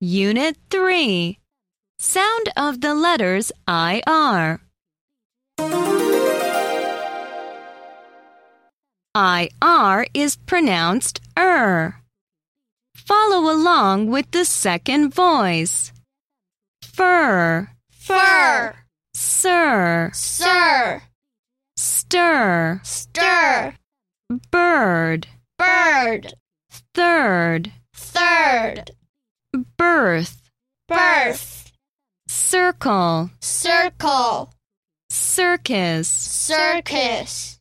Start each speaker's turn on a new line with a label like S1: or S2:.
S1: Unit 3 Sound of the letters IR. IR is pronounced er. Follow along with the second voice. Fur,
S2: fur,
S1: sir,
S2: sir,
S1: stir,
S2: stir,
S1: bird,
S2: bird,
S1: third,
S2: third,
S1: birth,
S2: birth,
S1: circle,
S2: circle,
S1: circus.
S2: circus.